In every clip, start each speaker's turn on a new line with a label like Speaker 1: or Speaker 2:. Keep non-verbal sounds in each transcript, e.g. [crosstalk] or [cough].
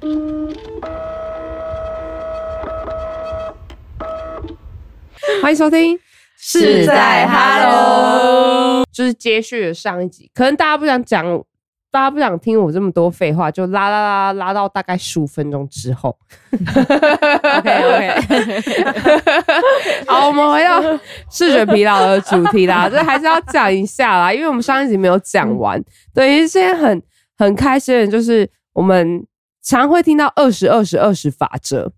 Speaker 1: [laughs] 欢迎收听，
Speaker 2: 是在 Hello
Speaker 1: 就是接续上一集，可能大家不想讲，大家不想听我这么多废话，就拉拉拉拉到大概十五分钟之后。 [laughs] 好，我们回到视觉疲劳的主题
Speaker 2: [laughs]
Speaker 1: 啦，这还是要讲一下啦，因为我们上一集没有讲完。对，其实现在很很开心的就是我们常会听到二十二十二十法则。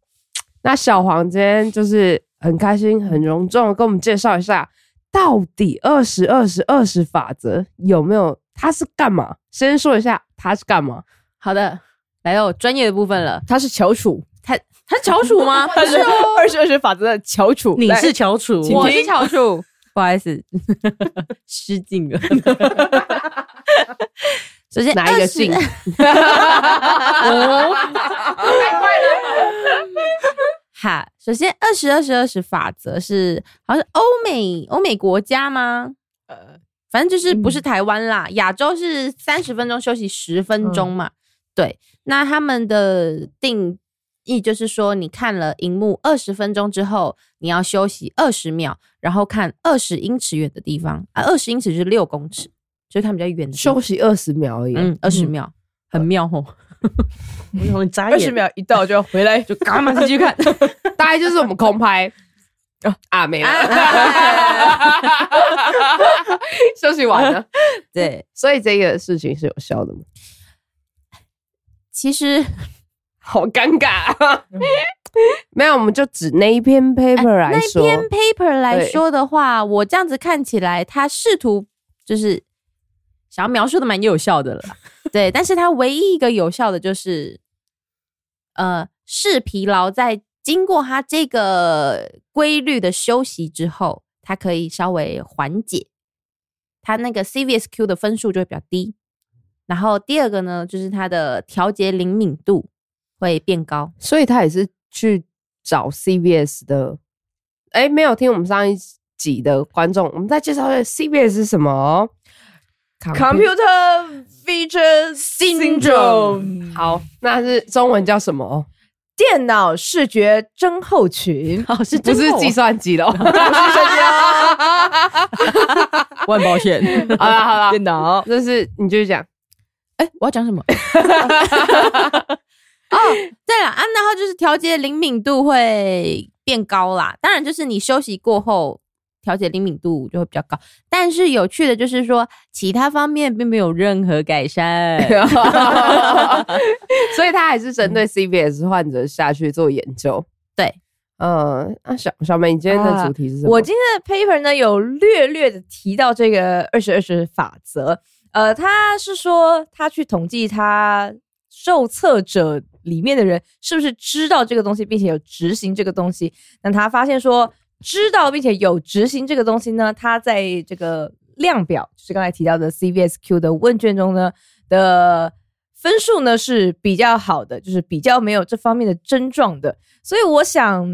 Speaker 1: 那小黄今天就是很开心、很隆重的跟我们介绍一下，到底二十二十二十法则有没有？它是干嘛？先说一下它是干嘛？
Speaker 2: 好的，来到我专业的部分了。
Speaker 3: 他是翘楚，
Speaker 2: 他他是翘楚吗？
Speaker 3: [laughs]
Speaker 1: [laughs]
Speaker 3: 他是二十二十法则的翘楚。
Speaker 4: 你
Speaker 3: 来
Speaker 4: 是翘楚，
Speaker 3: 请
Speaker 2: 我
Speaker 3: 听
Speaker 2: 是翘楚。
Speaker 4: 不好
Speaker 2: [laughs]
Speaker 4: 意思，失敬
Speaker 3: [laughs]
Speaker 4: 了。
Speaker 2: 首先
Speaker 1: 哪一个姓？
Speaker 2: 哈，首先二十二十二十法则是好像是欧美欧美国家吗？
Speaker 3: 呃
Speaker 2: 反正就是不
Speaker 4: 嗯
Speaker 2: 是台湾啦，亚、洲是三十分钟休息十分
Speaker 4: 嗯
Speaker 2: 钟嘛。对，那他们的定义就是说，你看了荧幕二十分钟之后，你要休息二十秒，然后看二十英尺远的地方啊，二十英尺是六公尺，就是看比较远的地
Speaker 1: [laughs]
Speaker 2: 方
Speaker 1: 休息二十秒而已。
Speaker 2: 嗯，二十秒，很妙哦。
Speaker 4: 我们眨
Speaker 3: 二十
Speaker 4: 眼，
Speaker 3: 秒一到就要回来，就
Speaker 4: 赶快继续看。
Speaker 1: 大概就是我们空拍。啊，没了， [laughs] 休息完了，
Speaker 2: [laughs] 对，
Speaker 1: 所以这个事情是有效的吗？
Speaker 2: 其实
Speaker 1: 好尴尬、啊， [laughs] 没有，我们就指那一篇 paper 来
Speaker 2: 哎那
Speaker 1: 说，
Speaker 2: 篇 paper 来
Speaker 1: 对
Speaker 2: 说的话，我这样子看起来，他试图就是想要描述的蛮有效的了啦，对。但是他唯一一个有效的就是，呃，视疲劳在经过他这个规律的休息之后，它可以稍微缓解，他那个 CVSQ 的分数就会比较低。然后第二个呢，就是它的调节灵敏度会变高。
Speaker 1: 所以他也是去找 CBS 的。哎，没有听我们上一集的观众，我们再介绍一下 CBS 是什么哦
Speaker 3: computer vision
Speaker 2: [laughs]
Speaker 3: syndrome
Speaker 1: 好，那是中文叫什么哦？
Speaker 3: 电脑视觉症候群。
Speaker 2: 哦，是
Speaker 1: 不是计算 [laughs] 机的哦？
Speaker 3: 万保险，
Speaker 1: 好啦好啦，
Speaker 3: 电脑
Speaker 1: 这是你继续讲。
Speaker 2: 哎、我要讲什么？ [laughs] 哦，对了啊，然后就是调节灵敏度会变高啦。当然，就是你休息过后，调节灵敏度就会比较高。但是有趣的就是说，其他方面并没有任何改善。
Speaker 1: [laughs] 所以他还是针对 CBS 患者下去做研究。
Speaker 2: 对，
Speaker 1: 嗯，那小小梅，你今天的主题是什么？
Speaker 3: 我今天的 paper 呢有略略的提到这个二十二十法则，呃，他是说他去统计他受测者里面的人是不是知道这个东西，并且有执行这个东西。那他发现说，知道并且有执行这个东西呢，他在这个量表，就是刚才提到的 CVSQ 的问卷中呢的分数呢是比较好的，就是比较没有这方面的症状的。所以我想，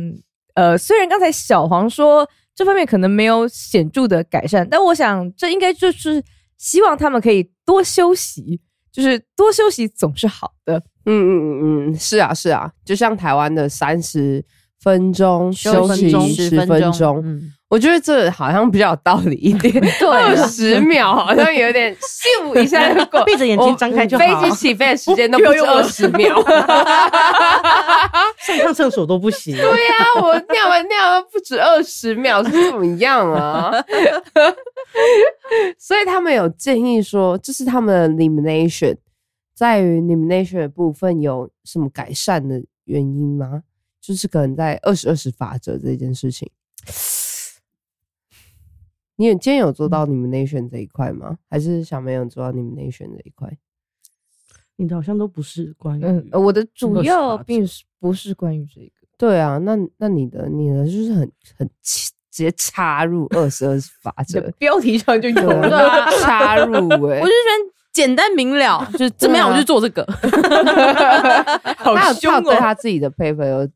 Speaker 3: 呃，虽然刚才小黄说这方面可能没有显著的改善，但我想这应该就是希望他们可以多休息，就是多休息总是好的。
Speaker 1: 嗯嗯嗯嗯，是啊是啊，就像台湾的三十分钟休息
Speaker 2: 十
Speaker 1: 十分钟，
Speaker 2: 嗯，
Speaker 1: 我觉得这好像比较有道理一点。二
Speaker 3: 对，
Speaker 1: 十秒好像有点咻一下就过，
Speaker 4: 闭着眼睛张开就好
Speaker 1: 飞机起飞的时间都不是二十秒。
Speaker 4: 上趟厕所都不行。
Speaker 1: 对呀、我尿完尿完不止二十秒是怎么样啊？ [laughs] 所以他们有建议说，这是他们的 elimination，在于 elimination 的部分有什么改善的原因吗？就是可能在二十二十法则这件事情，你有今天有做
Speaker 3: 嗯
Speaker 1: 到 elimination 这一块吗？还是小梅有做到 elimination 这一块？
Speaker 4: 你的好像都不是关于
Speaker 3: 嗯，呃我的主
Speaker 4: 二十
Speaker 2: 啊
Speaker 3: 要
Speaker 4: 八
Speaker 3: 并是不是关于这个。
Speaker 1: 对啊，那那你的你的就是很很直接插 [laughs] 入二十二法则，
Speaker 3: 标题上就有
Speaker 1: 对
Speaker 3: 了，
Speaker 1: 啊，插入哎、
Speaker 2: 我就喜欢简单明
Speaker 3: [laughs]
Speaker 2: 了，就是怎么样，
Speaker 1: 对啊
Speaker 2: 我就做这个。
Speaker 3: 好
Speaker 1: 他有
Speaker 3: 凶
Speaker 1: 他有对
Speaker 3: 哦！
Speaker 1: 他自己的 paper 有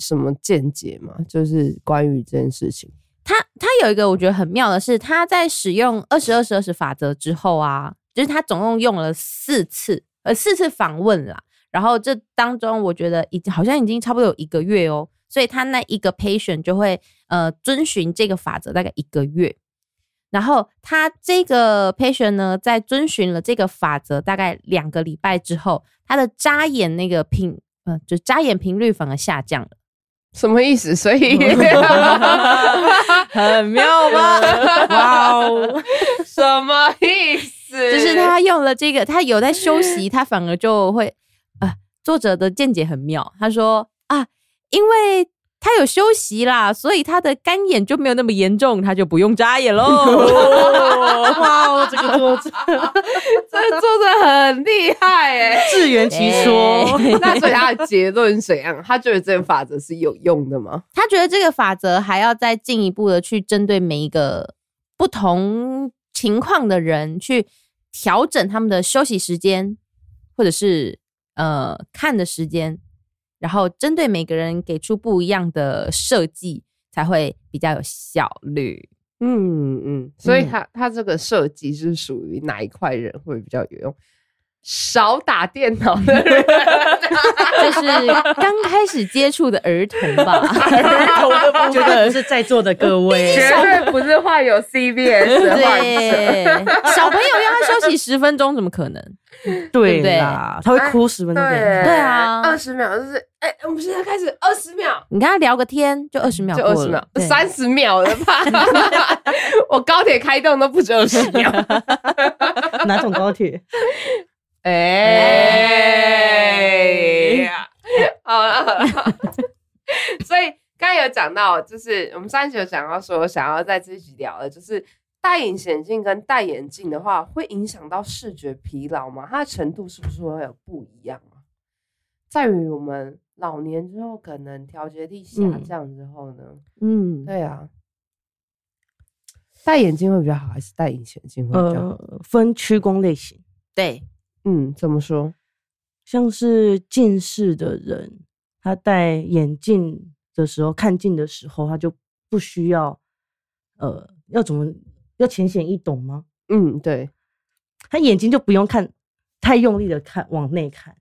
Speaker 1: 什么见解吗？就是关于这件事情，
Speaker 2: 他他有一个我觉得很妙的是，他在使用二十二十二十法则之后啊，就是他总共用了四次，呃，四次访问啦。然后这当中，我觉得已经好像已经差不多有一个月哦，
Speaker 5: 所以他那一个 patient 就会呃遵循这个法则大概一个月。然后他这个 patient 呢，在遵循了这个法则大概两个礼拜之后，他的眨眼那个频，呃，就眨眼频率反而下降了。
Speaker 1: [laughs] 什么意思？所以
Speaker 2: 很妙吗？
Speaker 1: 哇哦， [laughs] 什么意思？
Speaker 5: 就是他用了这个，他有在休息，他反而就会啊、作者的见解很妙，他说啊，因为他有休息啦，所以他的干眼就没有那么严重，他就不用眨眼
Speaker 4: [laughs]
Speaker 5: 喽。
Speaker 4: 哇哦，这个作者
Speaker 1: 这作者很厉害哎、
Speaker 4: 自圆其说，
Speaker 1: [laughs] 那 [laughs] 所以他的结论是怎样？他觉得这个法则是有用的吗？
Speaker 5: 他觉得这个法则还要再进一步的去针对每一个不同情况的人去调整他们的休息时间，或者是呃看的时间，然后针对每个人给出不一样的设计，才会比较有效率。
Speaker 1: 嗯嗯，所以他、他这个设计是属于哪一块人会比较有用？少打电脑的人，
Speaker 5: 这
Speaker 1: [laughs]
Speaker 5: 是刚开始接触的儿童吧？
Speaker 4: 绝对不是在座的各位，
Speaker 1: 绝对不是患有 CBS 的患者。
Speaker 5: 对， [laughs] 小朋友让他休息十分钟，怎么可能？
Speaker 4: 对啦，他会哭十分钟给你。
Speaker 5: 对啊
Speaker 1: 二十秒就是，哎、我们现在开始二十秒，
Speaker 5: 你跟他聊个天就二十秒
Speaker 1: 就
Speaker 5: 过
Speaker 1: 二
Speaker 5: 了，
Speaker 1: 十秒，
Speaker 5: 对
Speaker 1: 三十秒了吧？ [laughs] 我高铁开动都不止二十秒。
Speaker 4: 哪种高铁？
Speaker 1: 哎、好 [laughs] 了好了，所以刚才有讲到，就是我们上一集有讲到说，想要在这一集聊的，就是戴隐形眼镜跟戴眼镜的话，会影响到视觉疲劳吗？它的程度是不是会有不一样啊？在于我们老年之后，可能调节力下降之后呢？
Speaker 5: 嗯，
Speaker 1: 对啊，戴眼镜会比较好，还是戴隐形眼镜会比较好？
Speaker 4: 呃，分屈光类型。
Speaker 5: 对，
Speaker 1: 嗯，怎么说？
Speaker 4: 像是近视的人，他戴眼镜的时候，看近的时候，他就不需要，呃，要怎么要浅显易懂吗？
Speaker 1: 嗯，对，
Speaker 4: 他眼睛就不用看太用力的看往内看。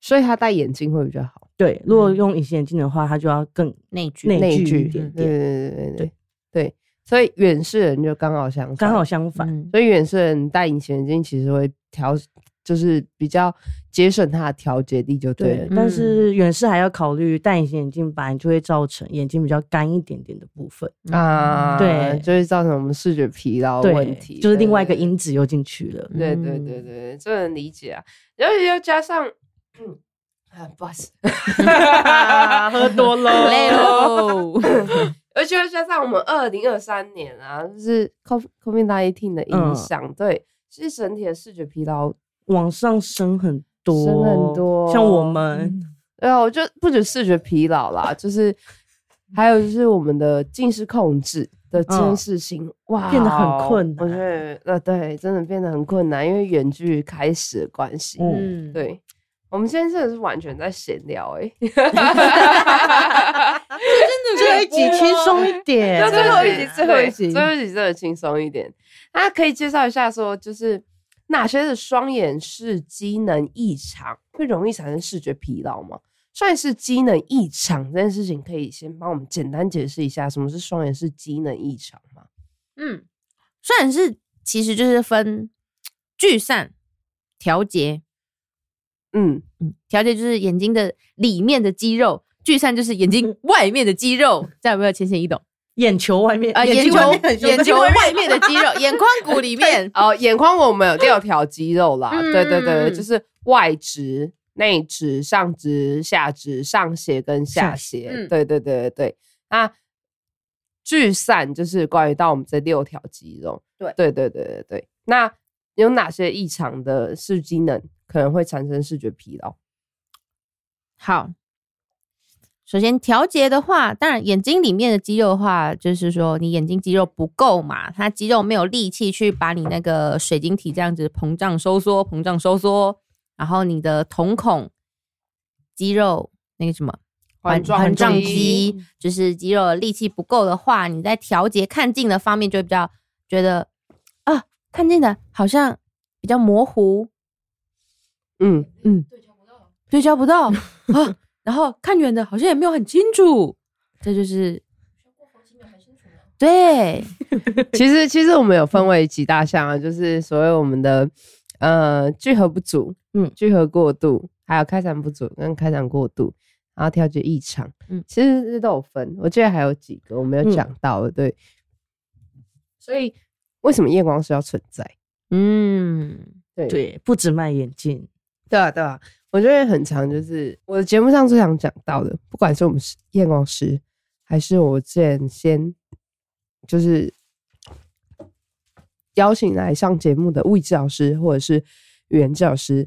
Speaker 1: 所以他戴眼镜会比较好。
Speaker 4: 对，
Speaker 1: 嗯
Speaker 4: 如果用隐形眼镜的话，他就要更
Speaker 5: 内聚
Speaker 4: 内
Speaker 1: 内
Speaker 4: 聚
Speaker 1: 聚
Speaker 4: 一点
Speaker 1: 对对
Speaker 4: 点，
Speaker 1: 对对对对，所以远视人就刚好相反，
Speaker 4: 刚好，相反。
Speaker 5: [laughs] 嗯
Speaker 1: 所以远视人戴隐形眼镜其实会调，就是比较节省他的调节力就对嗯了。
Speaker 4: 对，嗯但是远视还要考虑戴隐形眼镜本来就会造成眼睛比较干一点点的部分，
Speaker 1: 啊，
Speaker 4: 嗯对
Speaker 1: 就会造成我们视觉疲劳的哦问
Speaker 4: 对
Speaker 1: 题，，
Speaker 4: 就是另外一个
Speaker 1: 对
Speaker 4: 因嗯子又进去了。
Speaker 1: 对对对对对，这能理解啊。然后又加上，嗯，啊，不好
Speaker 4: [laughs]
Speaker 1: 意思， [laughs]
Speaker 5: 啊
Speaker 4: 喝多了
Speaker 5: 累喽。
Speaker 1: 而且又加上我们二零二三年啊，就是 COVID COVID nineteen 的影
Speaker 4: 嗯
Speaker 1: 响，对，其实整体的视觉疲劳
Speaker 4: 往上升很多，
Speaker 1: 升很多
Speaker 4: 像我们，
Speaker 1: 对啊，我就不止视觉疲劳啦，就是还有就是我们的近视控制的这件事情，哇，
Speaker 4: 嗯
Speaker 1: 哦
Speaker 4: 变得很困难
Speaker 1: 我觉得，呃，对，真的变得很困难，因为远距离开始的关系。
Speaker 4: 嗯，
Speaker 5: 嗯，
Speaker 1: 对，我们今天真的是完全在闲聊、
Speaker 4: [laughs]
Speaker 1: 欸，
Speaker 4: 这一集轻松一点
Speaker 1: 那，最后一集，
Speaker 4: 对
Speaker 1: 最后一集，最后一集真的轻松一点。那可以介绍一下说，就是哪些的双眼视机能异常会容易产生视觉疲劳吗？双眼视机能异常这件事情，可以先帮我们简单解释一下什么是双眼视机能异常吗？
Speaker 5: 嗯，虽然是其实就是分聚散、调节，
Speaker 1: 嗯，。
Speaker 5: 嗯，调节就是眼睛的里面的肌肉，聚散就是眼睛外面的肌肉，这样有没有浅显易懂？
Speaker 4: 眼球外面
Speaker 5: 啊，眼
Speaker 4: 睛
Speaker 5: 球
Speaker 4: 外面很凶
Speaker 5: 眼球外面的肌肉，眼眶骨里 [laughs] 面
Speaker 1: 哦，眼眶我们有六条肌肉啦，
Speaker 5: 嗯
Speaker 1: 对对对，
Speaker 5: 嗯
Speaker 1: 就是外直、内直、上直、下直、上斜跟下
Speaker 4: 下
Speaker 1: 斜，
Speaker 5: 嗯
Speaker 1: 对对对对对。那聚散就是关于到我们这六条肌肉，
Speaker 5: 对
Speaker 1: 对对对对对。那有哪些异常的视机能可能会产生视觉疲劳？
Speaker 5: 好，首先调节的话，当然眼睛里面的肌肉的话，就是说你眼睛肌肉不够嘛，它肌肉没有力气去把你那个水晶体这样子膨胀收缩、膨胀收缩，然后你的瞳孔肌肉那个什么。
Speaker 1: 环状
Speaker 5: 环状
Speaker 1: 肌
Speaker 5: 肌就是肌肉的力气不够的话，你在调节看近的方面就会比较觉得啊，看近的好像比较模糊，
Speaker 1: 嗯，
Speaker 5: 对焦不到啊，然后看远的好像也没有很清楚这就是。对，
Speaker 1: [laughs] 其实其实我们有分为几大项啊，就是所谓我们的呃聚合不足，嗯
Speaker 4: 嗯，
Speaker 1: 聚合过度，还有开展不足跟开展过度，然后调节异常，嗯
Speaker 5: 嗯，
Speaker 1: 其实这都有分。我记得还有几个我没有讲到的，对。所以为什么夜光是要存在？
Speaker 5: 嗯，
Speaker 1: 对
Speaker 4: 对，不止卖眼镜，
Speaker 1: 对啊，对啊，我觉得很常就是我的节目上最常讲到的，不管是我们是验光师，还是我之前先就是邀请来上节目的物理治疗师或者是语言治疗师，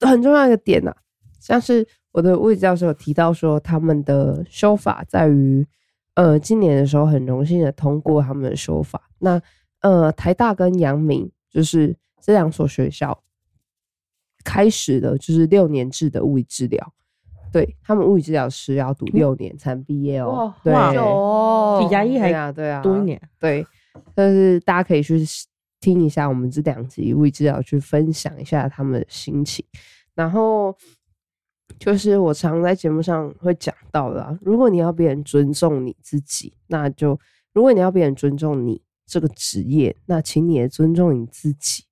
Speaker 1: 很重要一个点呐、啊，像是我的物理治疗师有提到说，他们的修法在于，呃，今年的时候很荣幸的通过他们的修法。那呃，台大跟阳明就是这两所学校开始的就是六年制的物理治疗，对他们物理治疗师要读六年才能毕业哦
Speaker 4: 哇，
Speaker 1: 对，
Speaker 4: 哇
Speaker 2: 哦
Speaker 4: 比牙医
Speaker 1: 对
Speaker 4: 还
Speaker 1: 啊，对啊，
Speaker 4: 多一年。
Speaker 1: 对，但是大家可以去听一下我们这两集物理治疗，去分享一下他们的心情。然后就是我常在节目上会讲到的、啊，如果你要别人尊重你自己，那就如果你要别人尊重你这个职业，那请你也尊重你自己。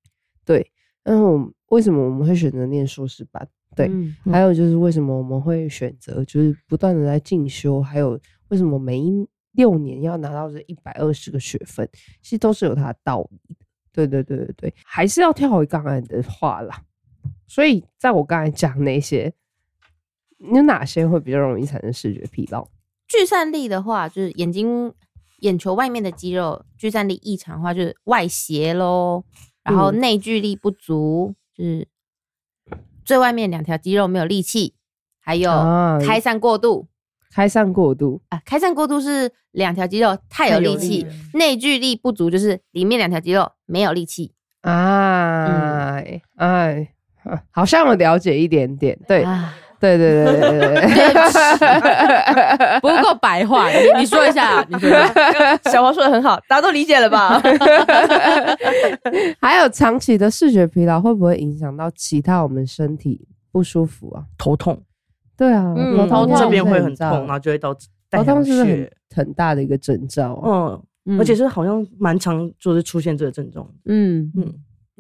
Speaker 1: 对，那我们为什么我们会选择念硕士班？对
Speaker 5: 嗯
Speaker 1: 还有就是为什么我们会选择就是不断的在进修，还有为什么每一六年要拿到这一百二十个学分，其实都是有它的道理的。对对对对对，还是要跳回刚才的话啦。所以在我刚才讲那些，你有哪些会比较容易产生视觉疲劳？
Speaker 5: 聚散力的话，就是眼睛、眼球外面的肌肉聚散力异常的话，就是外斜喽。然后
Speaker 1: 嗯
Speaker 5: 内聚力不足，就是最外面两条肌肉没有力气，还有
Speaker 1: 啊
Speaker 5: 开散过度
Speaker 1: 开散过度，
Speaker 5: 啊开散过度是两条肌肉太有力气
Speaker 4: 太有力了，
Speaker 5: 内聚力不足就是里面两条肌肉没有力气。
Speaker 1: 哎哎，啊好像我了解一点点。对
Speaker 5: 嗯 [laughs] 啊，
Speaker 1: 对对对对 [laughs] 对对对。
Speaker 5: 不够白话，你你说一 [laughs] 下，你说一下
Speaker 2: [laughs] 小黄说的很好，大家都理解了
Speaker 5: [laughs]
Speaker 2: 吧？
Speaker 1: 还有长期的视觉疲劳会不会影响到其他我们身体不舒服啊？
Speaker 4: 头痛，
Speaker 1: 对啊，
Speaker 5: 嗯
Speaker 1: 头
Speaker 5: 头
Speaker 1: 痛
Speaker 5: 痛
Speaker 4: 这边会很
Speaker 1: 是大
Speaker 4: 痛，然后就会到带
Speaker 1: 头痛
Speaker 4: 很
Speaker 1: 是不是很
Speaker 4: 血。
Speaker 1: 很大的一个征兆啊。
Speaker 4: 嗯，
Speaker 5: 嗯
Speaker 4: 而且是好像蛮常就是出现这个症状。
Speaker 5: 嗯，
Speaker 4: 嗯，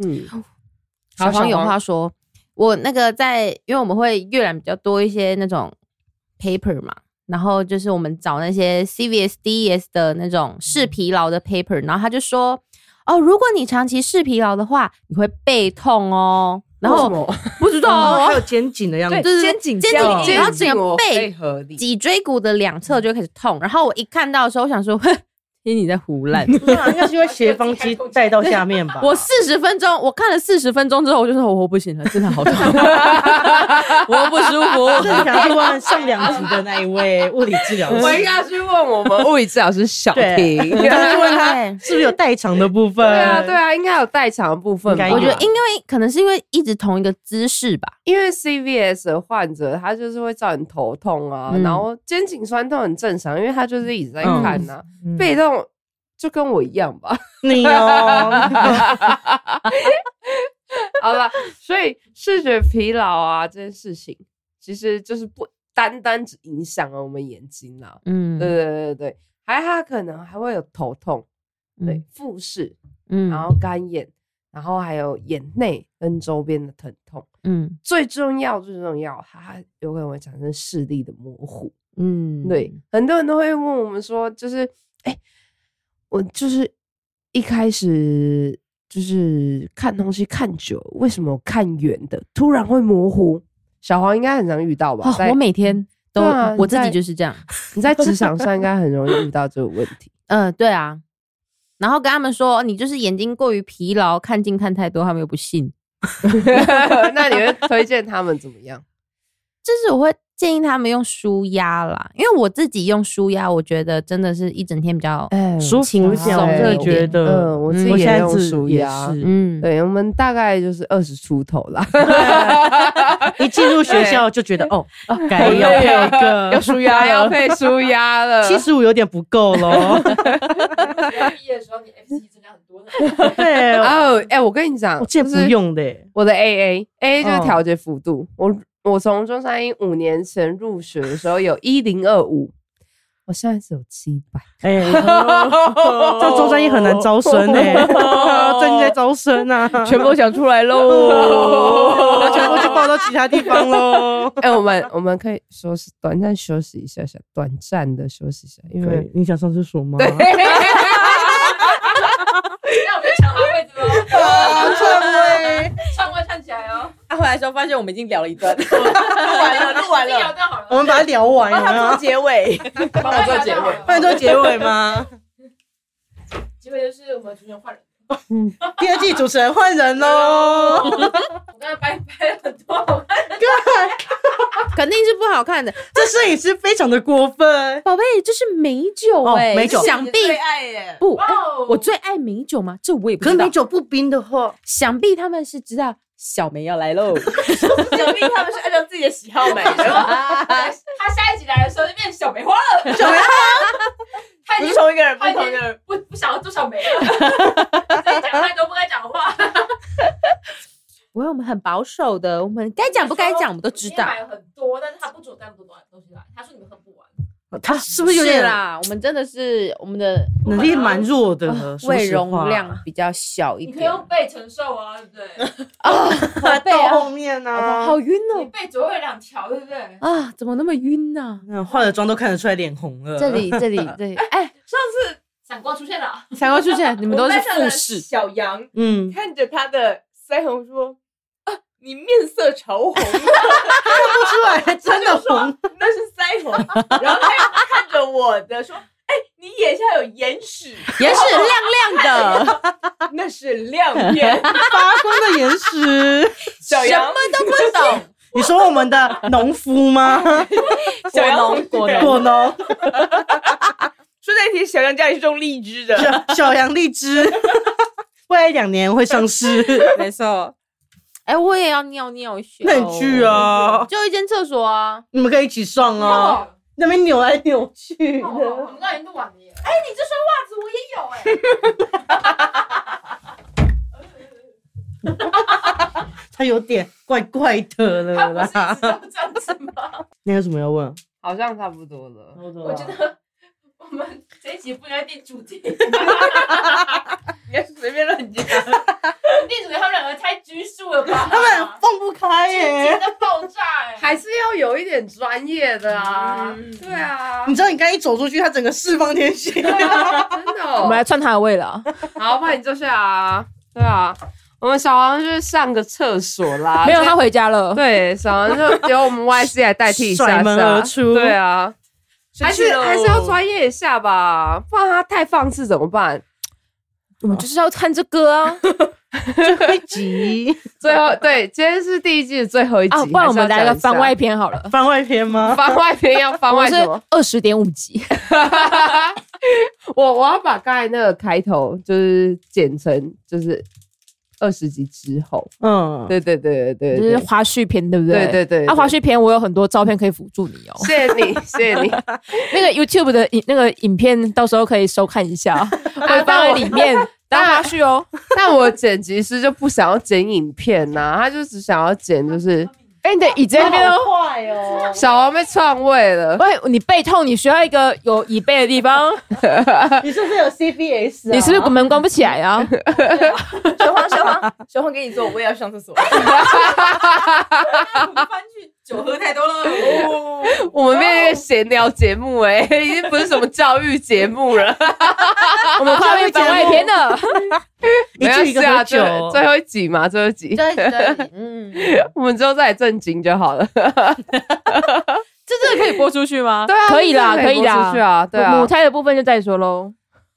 Speaker 1: 嗯，
Speaker 5: 小黄有话说，我那个在，因为我们会阅览比较多一些那种 paper 嘛，然后就是我们找那些 CVS、DES E 的那种视疲劳的 paper，然后他就说，哦，如果你长期视疲劳的话，你会背痛哦，然
Speaker 1: 为
Speaker 5: 后
Speaker 1: 什么
Speaker 5: 不知道
Speaker 4: 然后还
Speaker 5: 哦，
Speaker 4: 有肩颈的样子
Speaker 2: 对，
Speaker 5: 就是
Speaker 2: 肩颈
Speaker 5: 肩
Speaker 2: 这样
Speaker 5: 颈，然后整个
Speaker 1: 我
Speaker 5: 背
Speaker 1: 合理
Speaker 5: 脊椎骨的两侧就会开始痛，然后我一看到的时候，我想说，哼，其实你在胡乱。。
Speaker 4: 对啊，应该是会斜方肌带到下
Speaker 1: [laughs]
Speaker 4: 面吧
Speaker 5: 我四十分钟，我看了四十分钟之后，我就说哦我不行了，真的
Speaker 1: [laughs]
Speaker 5: 好痛，我不舒
Speaker 4: 我
Speaker 5: 服。
Speaker 4: 正想去问上两集的那一位物理治疗师，
Speaker 1: 我应该去问我们物理治疗师小
Speaker 4: 对啊
Speaker 1: 婷。 [laughs]
Speaker 4: 我刚刚就问他
Speaker 5: 对
Speaker 4: 是不是有代偿的部分？
Speaker 1: 对啊，对啊，应该有代偿的部分吧。
Speaker 4: 应该有啊
Speaker 5: 我觉得因为可能是因为一直同一个姿势吧，
Speaker 1: 因为 CVS 的患者，他就是会造成头痛啊，
Speaker 5: 嗯
Speaker 1: 然后肩颈酸痛很正常，因为他就是一直在
Speaker 4: 嗯
Speaker 1: 看呐、被动就跟我一样吧。
Speaker 4: 你哦，
Speaker 1: 好了，所以视觉疲劳啊这件事情，其实就是不单单只影响了我们眼睛啊啦、
Speaker 5: 嗯，
Speaker 1: 对对对对对，还它可能还会有头痛，对，复视，
Speaker 5: 嗯，
Speaker 1: 然后干眼，然后还有眼内跟周边的疼痛。
Speaker 5: 嗯
Speaker 1: 最重要最重要，它有可能会产生视力的模糊。
Speaker 5: 嗯，
Speaker 1: 对，很多人都会问我们说，就是哎、我就是一开始就是看东西看久，为什么我看远的突然会模糊？小黄应该很常遇到吧？
Speaker 5: 哦，
Speaker 1: 在
Speaker 5: 我每天都
Speaker 1: 对啊你
Speaker 5: 我自己
Speaker 1: 在
Speaker 5: 就是这样，
Speaker 1: 你
Speaker 5: [laughs]
Speaker 1: 在职场上应该很容易遇到这个问题。
Speaker 5: 嗯，对啊。然后跟他们说，你就是眼睛过于疲劳，看近看太多，他们又不信。
Speaker 1: [laughs] 那你会推荐他们怎么样？
Speaker 5: 就是我会建议他们用舒压啦，因为我自己用舒压，我觉得真的是一整天比较
Speaker 1: 哎
Speaker 4: 舒服一点，
Speaker 5: 轻松
Speaker 4: 我真
Speaker 5: 一
Speaker 4: 的
Speaker 5: 点
Speaker 4: 觉得，
Speaker 1: 嗯我自己
Speaker 4: 现
Speaker 1: 也
Speaker 4: 在
Speaker 1: 用
Speaker 4: 自
Speaker 1: 舒
Speaker 4: 也
Speaker 1: 压
Speaker 4: 是
Speaker 5: 嗯，
Speaker 1: 对我们大概就是二十出头
Speaker 4: [laughs]
Speaker 1: 啦，
Speaker 4: 一进入学校就
Speaker 1: [laughs]
Speaker 4: 觉得哦，啊该要配一
Speaker 1: 要
Speaker 4: 个
Speaker 1: 舒压，
Speaker 4: [laughs]
Speaker 1: 要配舒压了。
Speaker 4: 七十五有点不够喽。
Speaker 6: 毕业的时候，你 FC 增加很多的。
Speaker 4: 对，
Speaker 1: 哦，哎，我跟你讲，
Speaker 4: 我这不
Speaker 1: 就是
Speaker 4: 用的耶，
Speaker 1: 我的 AA AA 就是
Speaker 4: 嗯
Speaker 1: 调节幅度。我我从中山医五年前入学的时候有一零二五，我上一次有七百，
Speaker 4: 哎、 [laughs] 这中山医很难招生哎、
Speaker 1: [laughs]
Speaker 4: 最近在招生啊，
Speaker 2: 全部都讲出来
Speaker 4: [laughs]
Speaker 1: [laughs]
Speaker 2: 喽。
Speaker 4: 然后全部去报到其他地方喽。
Speaker 1: 哎、我们我们可以说是短暂休息一下下，短暂的休息一下，因为
Speaker 4: 对，你想上厕所 [laughs] 吗？
Speaker 1: [laughs]
Speaker 6: 那我们就抢他位置喽， [laughs]
Speaker 4: 啊，篡位！
Speaker 6: 上位站起来哦，
Speaker 5: 他回来的时候发现我们已经聊了一
Speaker 6: [laughs]
Speaker 5: 段，
Speaker 6: 录完了，录完了，聊到好
Speaker 4: 我
Speaker 6: 了，
Speaker 4: 们把它聊完
Speaker 1: [laughs]
Speaker 4: 有没 [laughs] 有？
Speaker 5: 结尾。
Speaker 6: 帮我做结
Speaker 4: 不然
Speaker 6: 尾，
Speaker 4: 做结尾吗？
Speaker 6: 结尾就是我们主持人换人，
Speaker 4: 第二季主持人换人喽。
Speaker 5: [laughs]
Speaker 6: 我刚才掰掰了很多，我看
Speaker 5: 肯定是不好看的，
Speaker 4: 这摄影师非常的过分。
Speaker 5: 宝贝，这是美酒
Speaker 4: 哦
Speaker 5: 哎、
Speaker 4: 美酒
Speaker 5: 想必
Speaker 6: 爱耶，
Speaker 5: 不、
Speaker 6: 哇哦，
Speaker 5: 我最爱美酒吗？这我也不
Speaker 4: 可
Speaker 5: 知
Speaker 4: 是
Speaker 5: 道。
Speaker 4: 美，酒不冰的话，
Speaker 5: 想必他们是知道小梅要来
Speaker 4: [laughs]
Speaker 5: 喽。
Speaker 6: 想必他们是按照自己的喜好
Speaker 1: [laughs]
Speaker 6: 买的。他下一集来的时候就变小梅花了，小梅花，他已经
Speaker 5: 哎同一个人
Speaker 6: 他已经
Speaker 4: 哎
Speaker 6: 不不想要做小梅
Speaker 5: [laughs]
Speaker 6: 了，自己讲太多不该讲的话，
Speaker 5: 不会，我们很保守的，我们该讲不该讲我们都知
Speaker 6: 今天
Speaker 5: 道。
Speaker 6: 买了很多，但是他不准带那么多东西来，他说你们喝不完。
Speaker 4: 他是不是有点
Speaker 5: 啦？我们真的是我们的
Speaker 4: 能力蛮弱的？说
Speaker 5: 哦胃
Speaker 4: 实话啊
Speaker 5: 容量比较小一
Speaker 6: 你可以
Speaker 5: 点。
Speaker 6: 用背承受啊，对不
Speaker 5: [laughs]
Speaker 6: 对？
Speaker 5: 宝贝
Speaker 4: 到
Speaker 5: 啊，
Speaker 4: 后面呢、啊
Speaker 5: [laughs] 好，晕
Speaker 6: 你
Speaker 5: 哦！
Speaker 6: 背左右两条，对不对？
Speaker 5: 啊，怎么那么
Speaker 4: [laughs]
Speaker 5: 晕呢、
Speaker 4: 那化了妆都看得出来脸红了。
Speaker 5: 这里，这里，这里，哎，
Speaker 6: 上次闪光出现了，
Speaker 5: 才会出现，你们都是复
Speaker 7: 是
Speaker 5: 试。
Speaker 7: 小羊
Speaker 4: 嗯，
Speaker 7: 看着他的腮红说：“啊，你面色潮红，
Speaker 4: 看不出来，真的红。
Speaker 7: [laughs] 那是腮红。”然后他又看着我的说：“哎，你眼下有眼屎，
Speaker 5: 也是亮亮的，
Speaker 7: 那是亮面。
Speaker 4: 发光的眼屎。”
Speaker 7: 小
Speaker 5: 什
Speaker 7: 羊
Speaker 5: 么都不懂。
Speaker 4: 你说我们的农夫
Speaker 5: [laughs]
Speaker 4: 吗？
Speaker 7: 小羊
Speaker 5: 果农果农
Speaker 4: 果农，
Speaker 7: 说那天小羊家里是种荔枝的，
Speaker 4: 小小杨荔枝， [laughs] 未来两年会上市。
Speaker 5: 没错。哎，我也要尿尿血。
Speaker 4: 那你去！啊，
Speaker 5: 就一间厕所啊。
Speaker 4: 你们可以一起上啊。
Speaker 6: 哦，
Speaker 4: 那边扭来扭去
Speaker 6: 我
Speaker 4: 的，
Speaker 6: 们刚才录完了耶。哎，你这双袜子我也有哎。
Speaker 4: 他有点怪怪的了
Speaker 6: 他不是一
Speaker 4: 啦
Speaker 6: 直。都这样子
Speaker 1: [laughs]
Speaker 6: 吗？
Speaker 4: 那有什么要问？
Speaker 1: [laughs] 好像差不多了。
Speaker 6: 我
Speaker 4: 我
Speaker 6: 觉得我们这一集不应该定主题，定
Speaker 7: [laughs] 你要是随便乱讲，
Speaker 6: 主题他们两个太拘束了吧？他们
Speaker 4: 放不开
Speaker 6: 简
Speaker 4: 耶。
Speaker 6: 直爆炸哎！
Speaker 1: 还是要有一点专业的啊，
Speaker 6: 嗯
Speaker 1: 对啊
Speaker 4: 你，知道你刚一走出去，他整个释放天性。
Speaker 1: 对啊真的哦、
Speaker 5: 我们来串他的位了啊。
Speaker 1: [laughs] 好，不然你坐下啊。对啊，我们小王就是上个厕所啦，
Speaker 5: [laughs] 没有，他
Speaker 1: 所以
Speaker 5: 回家了。
Speaker 1: 对小王就由我们 YC 来代替一下下，
Speaker 4: 甩门而出
Speaker 1: 对啊，还
Speaker 7: 生气
Speaker 1: 是
Speaker 7: 喽
Speaker 1: 还是要专业一下吧，不然他太放肆怎么办？
Speaker 5: [laughs] 我们就是要看这个啊
Speaker 4: 一集
Speaker 1: 最后对，今天是第一季的最后一集，
Speaker 5: 啊！不然我们
Speaker 1: 还
Speaker 5: 来
Speaker 1: 是要
Speaker 5: 个
Speaker 1: 讲一下
Speaker 5: 番外篇好了。
Speaker 4: [laughs] 番外篇吗？
Speaker 1: [laughs] 番外篇要番
Speaker 5: 我
Speaker 1: 外
Speaker 5: 们是
Speaker 1: 什么？ [laughs]
Speaker 5: 二十点五集，
Speaker 1: 我我要把刚才那个开头就是剪成就是二十集之后，
Speaker 4: 嗯，
Speaker 1: 对对对对
Speaker 5: 就
Speaker 1: 对
Speaker 5: 是
Speaker 1: 对
Speaker 5: 花絮篇，对不对？
Speaker 1: 对对对，
Speaker 5: 啊，花
Speaker 1: 絮，
Speaker 5: 絮篇我有很多照片可以辅助你哦。
Speaker 1: [laughs] 谢谢你，谢谢你。
Speaker 5: [laughs] 那个 YouTube 的影那个影片，到时候可以收看一 [laughs] 下，会放在里面啊 [laughs] 当花絮哦。
Speaker 1: 但我剪辑师就不想要剪影片呐、他就只想要剪就是，哎、你的椅子那边哦，
Speaker 4: 坏哦。
Speaker 1: 小王被篡位了，
Speaker 5: 喂，你背痛，你需要一个有椅背的地方，
Speaker 4: 你是不是有 CBS？
Speaker 5: 你 [laughs] 是不是啊门关不起来啊？
Speaker 7: [laughs] 小黄，小
Speaker 5: [laughs]
Speaker 7: 黄，小黄给你做，我也要上厕所。
Speaker 6: 我们翻去酒喝太多了，
Speaker 5: 哦
Speaker 1: 我们变成一个闲聊节目、哎，已经不是什么教育节目
Speaker 5: [laughs]
Speaker 1: 了，
Speaker 5: 我们跨越番外
Speaker 1: [laughs]
Speaker 5: 篇了。
Speaker 4: 一句一个喝
Speaker 1: 最
Speaker 4: 酒？
Speaker 1: 最后一集嘛，最后一集，
Speaker 5: 对对，嗯，
Speaker 1: 我们之后再来正经就好了。
Speaker 5: 这真的可以播出去吗？
Speaker 1: [laughs] 对啊，
Speaker 5: 可以啦，
Speaker 1: 这
Speaker 5: 可
Speaker 1: 个
Speaker 5: 以
Speaker 1: 播
Speaker 5: 啦
Speaker 1: 出去。啊，对
Speaker 5: 母
Speaker 1: 啊，
Speaker 5: 胎的部分就再说喽。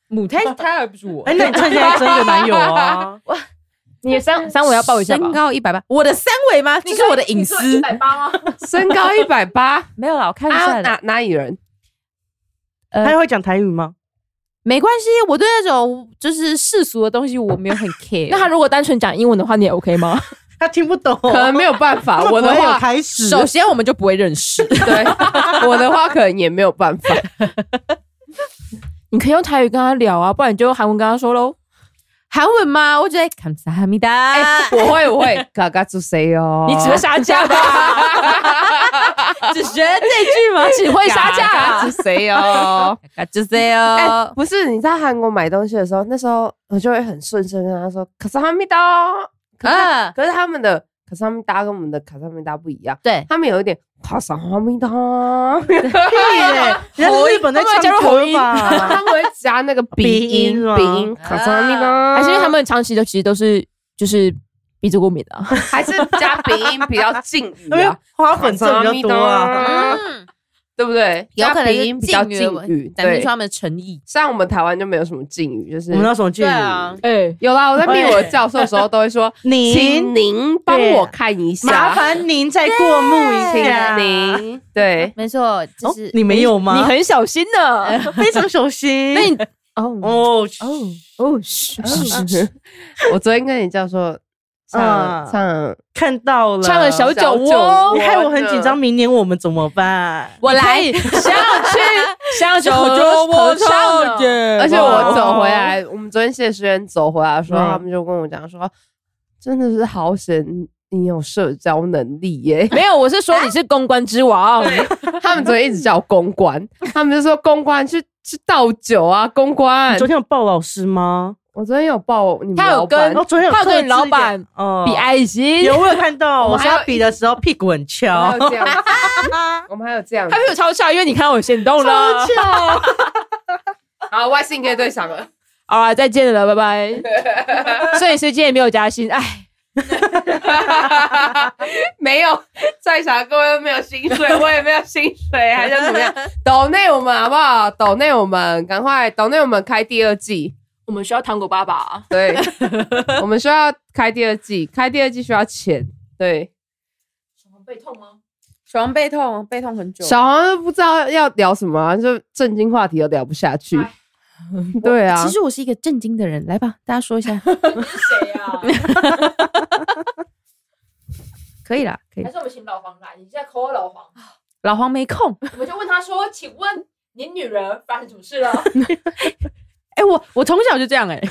Speaker 7: 母胎是他，而不是我。
Speaker 4: 哎，那 [laughs] 你趁现在真有男友 [laughs] 啊？
Speaker 5: 你的 [laughs] 三三围要报一下吧。身高一百八，我的三围吗？这是我的隐
Speaker 6: 一
Speaker 5: 私。
Speaker 6: 百八吗？
Speaker 1: 身高一百八
Speaker 5: [laughs] 没有啦，我开玩
Speaker 1: 啊，
Speaker 5: 笑的。
Speaker 1: 哪哪里人？
Speaker 4: 他会讲台语吗？
Speaker 5: 没关系，我对那种就是世俗的东西我没有很 [laughs] care。那他如果单纯讲英文的话，你也 OK 吗？
Speaker 4: 他听不懂。哦
Speaker 1: 可能没有办
Speaker 4: [laughs]
Speaker 1: 法，我的
Speaker 4: 不会有
Speaker 1: 话，
Speaker 4: 开始。
Speaker 5: [laughs] 首先我们就不会认 [laughs]
Speaker 1: [laughs]
Speaker 5: 识。
Speaker 1: 对，我的话可能也没有办法。
Speaker 5: 你可以用台语跟他聊啊，不然你就用韩文跟他说喽。韩文吗？我觉得感谢哈密达，
Speaker 1: 我会我会， [laughs] 嘎嘎住谁哦？
Speaker 5: 你只会杀价 [laughs] 吧？只学这句吗？只会杀价啊
Speaker 1: 住，谁哦？
Speaker 5: 嘎就这
Speaker 1: 哎、
Speaker 5: 哦。
Speaker 1: 不是，你在韩国买东西的时候，那时候我就会很顺声跟他说“卡萨哈密达”，可是他、
Speaker 5: 嗯
Speaker 1: 可是他们的“卡萨哈密达”跟我们的“卡萨哈密达”不一样，
Speaker 5: 对，
Speaker 1: 他们有一点“卡萨哈密达”， [laughs]
Speaker 4: 对，人家是日本在唱歌吧？
Speaker 1: 他们会加那个鼻
Speaker 4: 鼻音
Speaker 1: 音
Speaker 4: 是，吗
Speaker 1: 鼻音“
Speaker 5: 啊
Speaker 1: 卡萨哈密达”，
Speaker 6: 还是因为他们长期的其实都是就是鼻子过敏的、啊，
Speaker 1: 还是加鼻音比较敬
Speaker 4: [laughs]
Speaker 1: 语
Speaker 4: 因为
Speaker 1: 啊，
Speaker 4: 花粉症比较多啊。
Speaker 5: 嗯，
Speaker 1: 对不对？
Speaker 5: 有可
Speaker 1: 加
Speaker 5: 能
Speaker 1: 鼻音比较敬语，
Speaker 5: 展现
Speaker 1: 对
Speaker 5: 出。他们的诚意。
Speaker 1: 像我们台湾就没有什么敬语，就是
Speaker 4: 我们那时候敬语，
Speaker 6: 哎、
Speaker 1: 有啦。我在密我的教授的时 [laughs] 候都会说，
Speaker 4: 您
Speaker 1: 请您帮我看一下，
Speaker 4: 麻烦您再过目一下。
Speaker 1: 请您对。
Speaker 5: 没错，就
Speaker 4: 哦
Speaker 5: 是，
Speaker 4: 你没有吗？
Speaker 6: 你很小心的，
Speaker 4: 非常熟悉。
Speaker 6: 那你
Speaker 4: 哦哦
Speaker 6: 哦，是是是，
Speaker 1: 我昨天跟你教授唱
Speaker 4: 嗯
Speaker 1: 唱
Speaker 4: 看到了，
Speaker 6: 唱了小酒
Speaker 1: 小酒窝
Speaker 6: 窝
Speaker 4: 你，害哎我很紧
Speaker 1: 我的
Speaker 4: 张，明年我们怎么办？
Speaker 6: 我来，想要 [laughs] 去，想要去
Speaker 5: 酒
Speaker 6: 酒窝
Speaker 5: 合唱
Speaker 6: 唱
Speaker 5: 的
Speaker 6: 的，。
Speaker 1: 而且我
Speaker 4: 哇
Speaker 1: 走回来，我们昨天谢师恩走回来的时候，
Speaker 4: 嗯
Speaker 1: 他们就跟我讲说，真的是好险你有社交能力耶 [laughs]
Speaker 6: 没有，我是说你是公关之王，
Speaker 2: 哎
Speaker 1: 他们昨天一直叫我公关，他们就说公关去去倒酒啊，公关
Speaker 4: 你。哦昨天有报老师吗？
Speaker 1: 我昨天有报你们
Speaker 6: 他有
Speaker 1: 老板
Speaker 6: 跟
Speaker 4: 哦，昨天有
Speaker 6: 他有跟
Speaker 4: 特
Speaker 6: 你
Speaker 4: 制
Speaker 6: 老
Speaker 4: 一点
Speaker 6: 板
Speaker 4: 哦
Speaker 6: [laughs] 比爱心，
Speaker 4: 有我有看到，
Speaker 1: 我
Speaker 4: 我
Speaker 1: 还有
Speaker 4: 要比的时候屁股很
Speaker 1: 我
Speaker 4: 翘
Speaker 1: 们还，有这样子，我们还有这样子
Speaker 6: 他，会有超差，因为你看到我行动了。
Speaker 1: 好，外星可以对上了。
Speaker 6: 好啦，再见了，拜拜。
Speaker 2: [laughs]
Speaker 6: 摄影师今天也没有加薪，哎，
Speaker 1: [laughs] 没有在场各位都没有薪水，我也没有薪水，还想怎
Speaker 6: [laughs]
Speaker 1: 么样？抖内我们好不好？抖内我们赶快抖内我们开第二季，
Speaker 6: 我们需要糖果爸爸。 [laughs]
Speaker 1: 对，我们需要开第二季，开第二季需要钱，对，
Speaker 7: 背痛吗？
Speaker 5: 小王背痛，背痛很久
Speaker 1: 小黄都不知道要聊什么啊、就正经话题都聊不下去，
Speaker 6: 哎
Speaker 1: 对啊
Speaker 5: 其，实我是一个震惊的人，来吧，大家说一下，
Speaker 7: 是谁啊？
Speaker 5: 可以啦，可以
Speaker 7: 还。是我们请老黄来？你现在 call 老
Speaker 2: [laughs]
Speaker 7: 黄，
Speaker 5: 老黄没空，
Speaker 7: 我们就问他说：“请问您女人发生什么事
Speaker 2: [laughs]
Speaker 7: 了？
Speaker 6: 哎、我我从小就这样哎、
Speaker 4: [laughs]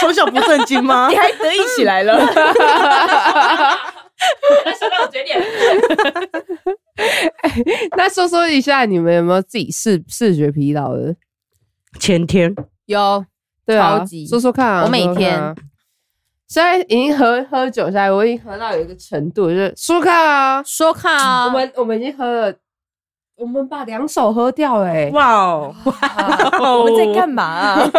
Speaker 4: 从小不正经吗？
Speaker 6: 还得意起来了。
Speaker 7: 那笑到我嘴脸。”
Speaker 1: 那说说一下你们有没有自己视视觉疲劳的？
Speaker 4: 前天
Speaker 1: 有，对啊
Speaker 5: 超级，
Speaker 1: 说说看啊，
Speaker 5: 我每
Speaker 1: 说说看啊。现在已经喝喝酒下来，我已经喝到有一个程度，就是说说看啊，
Speaker 5: 说看啊，
Speaker 1: 我们我们已经喝了，我们把两手喝掉了欸，
Speaker 4: 哇哦，
Speaker 2: 我
Speaker 4: 我
Speaker 2: 们在干嘛啊？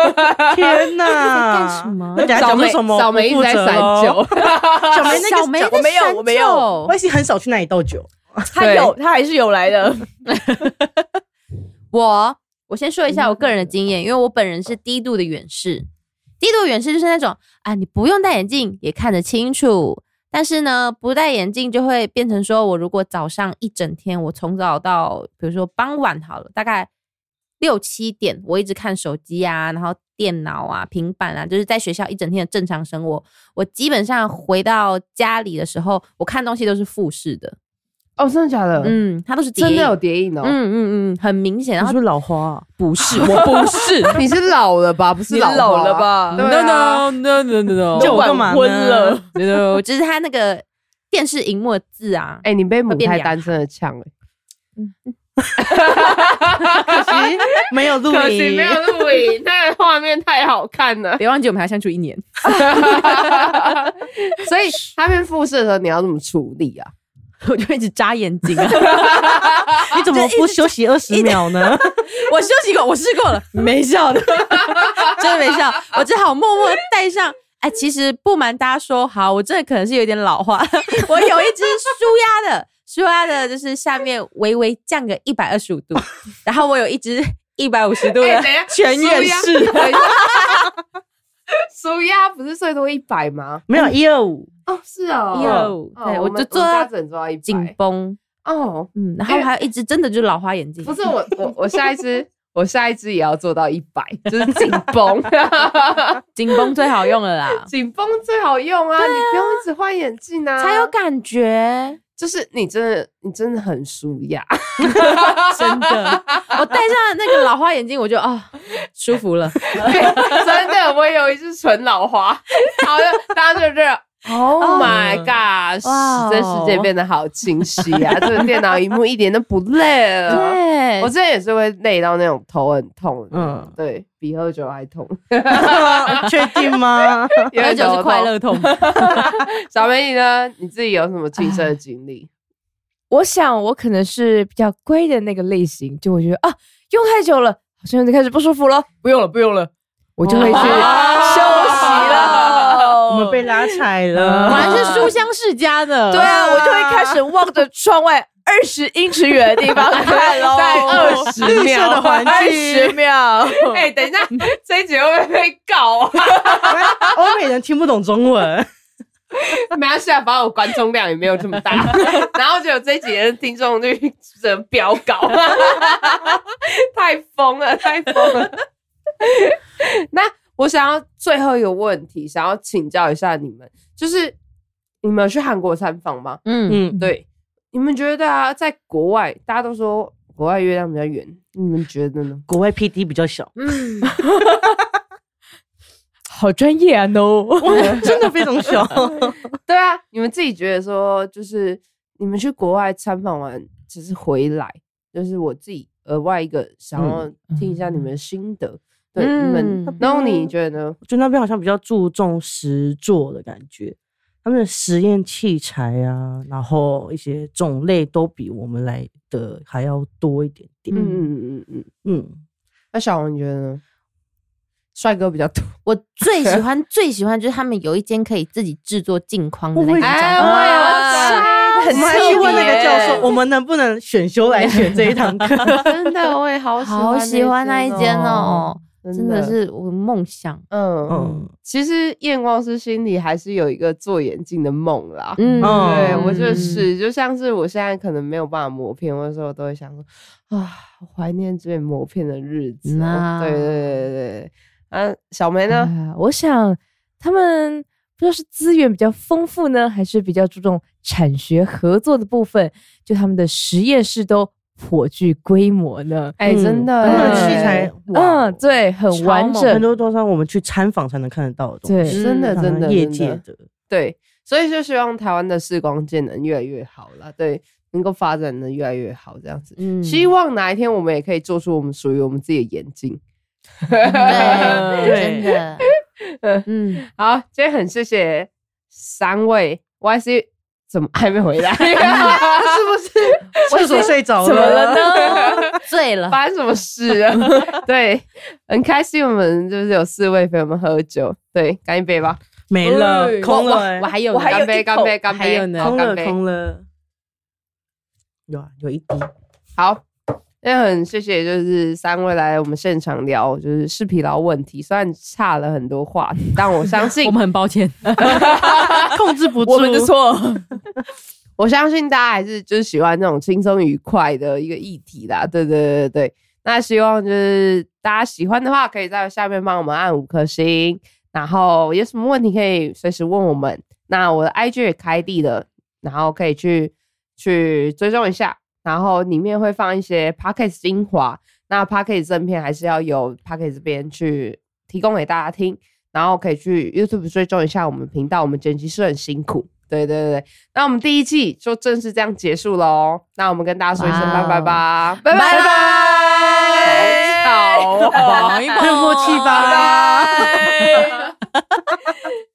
Speaker 4: 天哪！
Speaker 5: 在干什么
Speaker 4: 那等下
Speaker 1: 小
Speaker 4: 讲出
Speaker 1: 梅
Speaker 4: 什么？
Speaker 1: 小梅一直在散酒，
Speaker 4: [laughs] 小梅那个
Speaker 5: 小梅
Speaker 4: 小
Speaker 5: 在
Speaker 2: 没有
Speaker 5: 闪
Speaker 2: 我没有
Speaker 5: 救
Speaker 4: 我也是很少去那里倒酒，
Speaker 2: 他有，他还是有来的。
Speaker 5: 我我先说一
Speaker 1: 嗯
Speaker 5: 下我个人的经验，因为我本人是低度的远视。低度远视就是那种啊，你不用戴眼镜也看得清楚，但是呢，不戴眼镜就会变成说，我如果早上一整天，我从早到比如说傍晚好了，大概六七点，我一直看手机啊，然后电脑啊、平板啊，就是在学校一整天的正常生活。我基本上回到家里的时候，我看东西都是复式的，
Speaker 1: 哦，真的假的？
Speaker 5: 嗯，它都是叠
Speaker 1: 真的有
Speaker 5: 影
Speaker 1: 蝶影哦。
Speaker 5: 嗯嗯嗯，很明显。然
Speaker 4: 你
Speaker 5: 后
Speaker 4: 是不是老花啊？
Speaker 6: 不
Speaker 5: [laughs]
Speaker 6: 是，我不 [laughs] 是。
Speaker 1: [laughs] 你是老了吧？不是
Speaker 2: 你
Speaker 1: 老
Speaker 2: 老了
Speaker 1: 吧？
Speaker 2: 吧？
Speaker 1: 对啊
Speaker 6: No no Oh, no no no no，
Speaker 4: 叫我干嘛呢
Speaker 6: 晚婚了。
Speaker 5: 有，就是他那个电视荧幕的字啊，
Speaker 1: 哎，你被母
Speaker 5: 会变
Speaker 1: 胎
Speaker 5: 两
Speaker 1: 单身的呛了，
Speaker 4: 可惜没有录影，
Speaker 1: 录
Speaker 6: [laughs]
Speaker 1: 影，那个画面太好看了。
Speaker 6: 别忘记我们还相处一年。
Speaker 1: 所以他变复式的时候，你要怎么处理啊？
Speaker 5: 我就一直眨眼睛啊，
Speaker 4: 你怎么不休息二十秒呢？
Speaker 5: 我休息过，我试过了，没效的，真的没效，我只好默默地戴上。哎，其实不瞒大家说，好，我真的可能是有点老化，我有一只舒压的，舒压的就是下面微微降个一百二十五度，然后我有一只一百五十度的
Speaker 1: 哎等一下
Speaker 5: 啊全远视，
Speaker 1: 舒压不是最多一百吗？
Speaker 4: 没有一二五，
Speaker 1: 哦，是哦，
Speaker 5: 哟，
Speaker 1: 哦
Speaker 5: 对我
Speaker 1: 们
Speaker 5: 就做
Speaker 1: 我们家
Speaker 5: 到
Speaker 1: 只能做到一
Speaker 5: 紧
Speaker 1: 百。
Speaker 5: 绷，
Speaker 1: 哦，
Speaker 5: 嗯，然后我还有一只真的就是老花眼镜，
Speaker 1: 不是我，我我下一支，我下一支也要做到一百，就是紧绷，，
Speaker 5: 紧绷最 [laughs] 好用了啦啊
Speaker 1: 紧绷最好用啊！你不用一直换眼镜啊，
Speaker 5: 才有感觉。
Speaker 1: 就是你真的，你真的很舒
Speaker 5: [laughs]
Speaker 1: 雅，
Speaker 5: 真的，我戴上那个老花眼镜，我就啊、舒服了。
Speaker 1: 真的。我有一支唇老花，然后就大家就
Speaker 5: [laughs]
Speaker 1: 这样。Oh
Speaker 2: 哦
Speaker 1: my god！
Speaker 5: 哦哇哦
Speaker 1: 这世界变得好清晰
Speaker 5: [laughs]
Speaker 1: 啊！这个电脑荧幕一点都不累了。
Speaker 5: [laughs] 对，
Speaker 1: 我之前也是会累到那种头很痛，[laughs]
Speaker 4: 嗯
Speaker 1: 嗯，对比喝酒还
Speaker 5: [laughs]
Speaker 1: 痛。
Speaker 4: 确定吗？
Speaker 1: 因为
Speaker 5: 喝酒是快乐痛，
Speaker 1: [laughs] 小美你呢？你自己有什么亲身的经历？
Speaker 2: 我想我可能是比较乖的那个类型，就我觉得啊，用太久了，好像有点开始不舒服了，不用了，不用了，我就会去休息了。
Speaker 4: 我们被拉踩了，
Speaker 5: 果
Speaker 6: 哦
Speaker 5: 然是书香世家的。
Speaker 2: 对啊，我就会开始望着窗外二十英尺远的地方看喽，
Speaker 1: 在
Speaker 4: 哦
Speaker 1: 二十
Speaker 4: 绿色的环
Speaker 2: 二十
Speaker 4: 境，
Speaker 2: 秒。
Speaker 1: 哎、等一下，这一集会不会被告啊？
Speaker 4: 欧美人听不懂中文，
Speaker 1: [laughs] 没关系啊，反正我观众量也没有这么大，然后就有这一集的听众率只能飙高，太疯 [laughs] 了，太疯了。那我想要最后一个问题，想要请教一下你们，就是你们有去韩国参访吗？
Speaker 5: 嗯，
Speaker 4: 嗯，
Speaker 1: 对，你们觉得啊，在国外大家都说国外月亮比较圆，你们觉得呢？
Speaker 4: 国外 PD 比较小，
Speaker 2: 好专业啊，no！
Speaker 4: 真的非常小。
Speaker 1: 对啊，你们自己觉得说，就是你们去国外参访完，只是回来，就是我自己额外一个想要听一下你们的心得。对，你们
Speaker 5: 嗯，
Speaker 1: 然后你觉得呢？
Speaker 4: 我觉得那边好像比较注重实作的感觉，他们的实验器材啊，然后一些种类都比我们来的还要多一点点。
Speaker 1: 嗯嗯嗯嗯。
Speaker 4: 嗯，
Speaker 1: 那小王你觉得呢？帅哥比较多，
Speaker 5: 我最喜欢最喜欢就是他们有一间可以自己制作镜框的那
Speaker 4: 我
Speaker 5: 个
Speaker 4: 也
Speaker 5: 教
Speaker 4: 哎
Speaker 1: 要
Speaker 4: 我也要我
Speaker 5: 室。
Speaker 4: 们还去问那个教
Speaker 1: 欸
Speaker 4: 授，我们能不能选修来选这一堂课？
Speaker 1: 真的，我也好喜欢
Speaker 5: 好喜欢那一间哦，
Speaker 1: 哦，
Speaker 5: 真的是我的梦想。
Speaker 1: 嗯嗯。
Speaker 4: 嗯，
Speaker 1: 其实验光师心里还是有一个做眼镜的梦啦。
Speaker 5: 嗯，
Speaker 4: 哦
Speaker 1: 对我
Speaker 5: 觉得
Speaker 1: 就是，就像是我现在可能没有办法磨片，我有时候都会想说，啊，好怀念最磨片的日子、哦。
Speaker 5: 那
Speaker 1: 对对对对对，嗯、小梅呢？
Speaker 2: 啊我想他们不知道是资源比较丰富呢，还是比较注重产学合作的部分，就他们的实验室都颇具规模呢。
Speaker 1: 哎、
Speaker 4: 嗯
Speaker 1: 真的
Speaker 4: 他们
Speaker 1: 哎
Speaker 4: 的器材，哇哦
Speaker 2: 嗯，，对，很
Speaker 1: 超
Speaker 2: 完
Speaker 1: 猛
Speaker 4: 很
Speaker 2: 整。
Speaker 4: 多都是我们去参访才能看得到的东
Speaker 2: 对
Speaker 4: 西，
Speaker 1: 真的
Speaker 4: 嗯
Speaker 1: 真的
Speaker 4: 业
Speaker 1: 真的
Speaker 4: 界的。
Speaker 1: 对，所以就希望台湾的视光界能越来越好啦，对，能够发展的越来越好，这样子。
Speaker 5: 嗯
Speaker 1: 希望哪一天我们也可以做出我们属于我们自己的眼镜。
Speaker 5: 对，
Speaker 1: [laughs]
Speaker 5: 真的，嗯，
Speaker 1: 好，今天很谢谢三位 YC，怎么还没 [laughs] 回来？是
Speaker 4: 厕所睡着
Speaker 1: 怎么了
Speaker 4: 呢？
Speaker 5: [laughs]
Speaker 1: 不是
Speaker 5: 醉
Speaker 1: [laughs]
Speaker 5: 了，
Speaker 1: 发生什么事了？ [laughs] 对，很开心，我们就是有四位陪我们喝酒，对，干一杯吧，
Speaker 4: 没了，空了
Speaker 5: 我
Speaker 4: 欸，
Speaker 5: 还有呢，
Speaker 7: 我还有
Speaker 1: 干杯，
Speaker 7: 一口
Speaker 1: 干杯，干
Speaker 5: 还有
Speaker 1: 杯，
Speaker 5: 呢
Speaker 1: 好
Speaker 4: 空
Speaker 1: 干
Speaker 4: 了，
Speaker 1: 杯，
Speaker 4: 空了。有啊，有一滴。
Speaker 1: 好，那很谢谢，就是三位来我们现场聊，就是视疲劳问题，虽然差了很多话题，但我相信
Speaker 5: 我，们很
Speaker 1: [laughs]
Speaker 5: 抱歉，
Speaker 4: [laughs] 控制不住，
Speaker 5: 我们的错。
Speaker 1: 我相信大家还是就是喜欢那种轻松愉快的一个议题啦。对对对对对，那希望就是大家喜欢的话，可以在下面帮我们按五颗星，然后有什么问题可以随时问我们。那我的 IG 也开立了，然后可以去去追踪一下，然后里面会放一些 Pocket 精华，那 Pocket 正片还是要由 Pocket 这边去提供给大家听，然后可以去 YouTube 追踪一下我们频道，我们剪辑师很辛苦。对对对对，那我们第一季就正式这样结束喽。那我们跟大家说一声拜
Speaker 5: 哇哦
Speaker 1: 拜吧，拜
Speaker 5: 拜
Speaker 1: [laughs] 拜，好巧哦。
Speaker 5: 很有默契
Speaker 4: 吧
Speaker 5: 吧？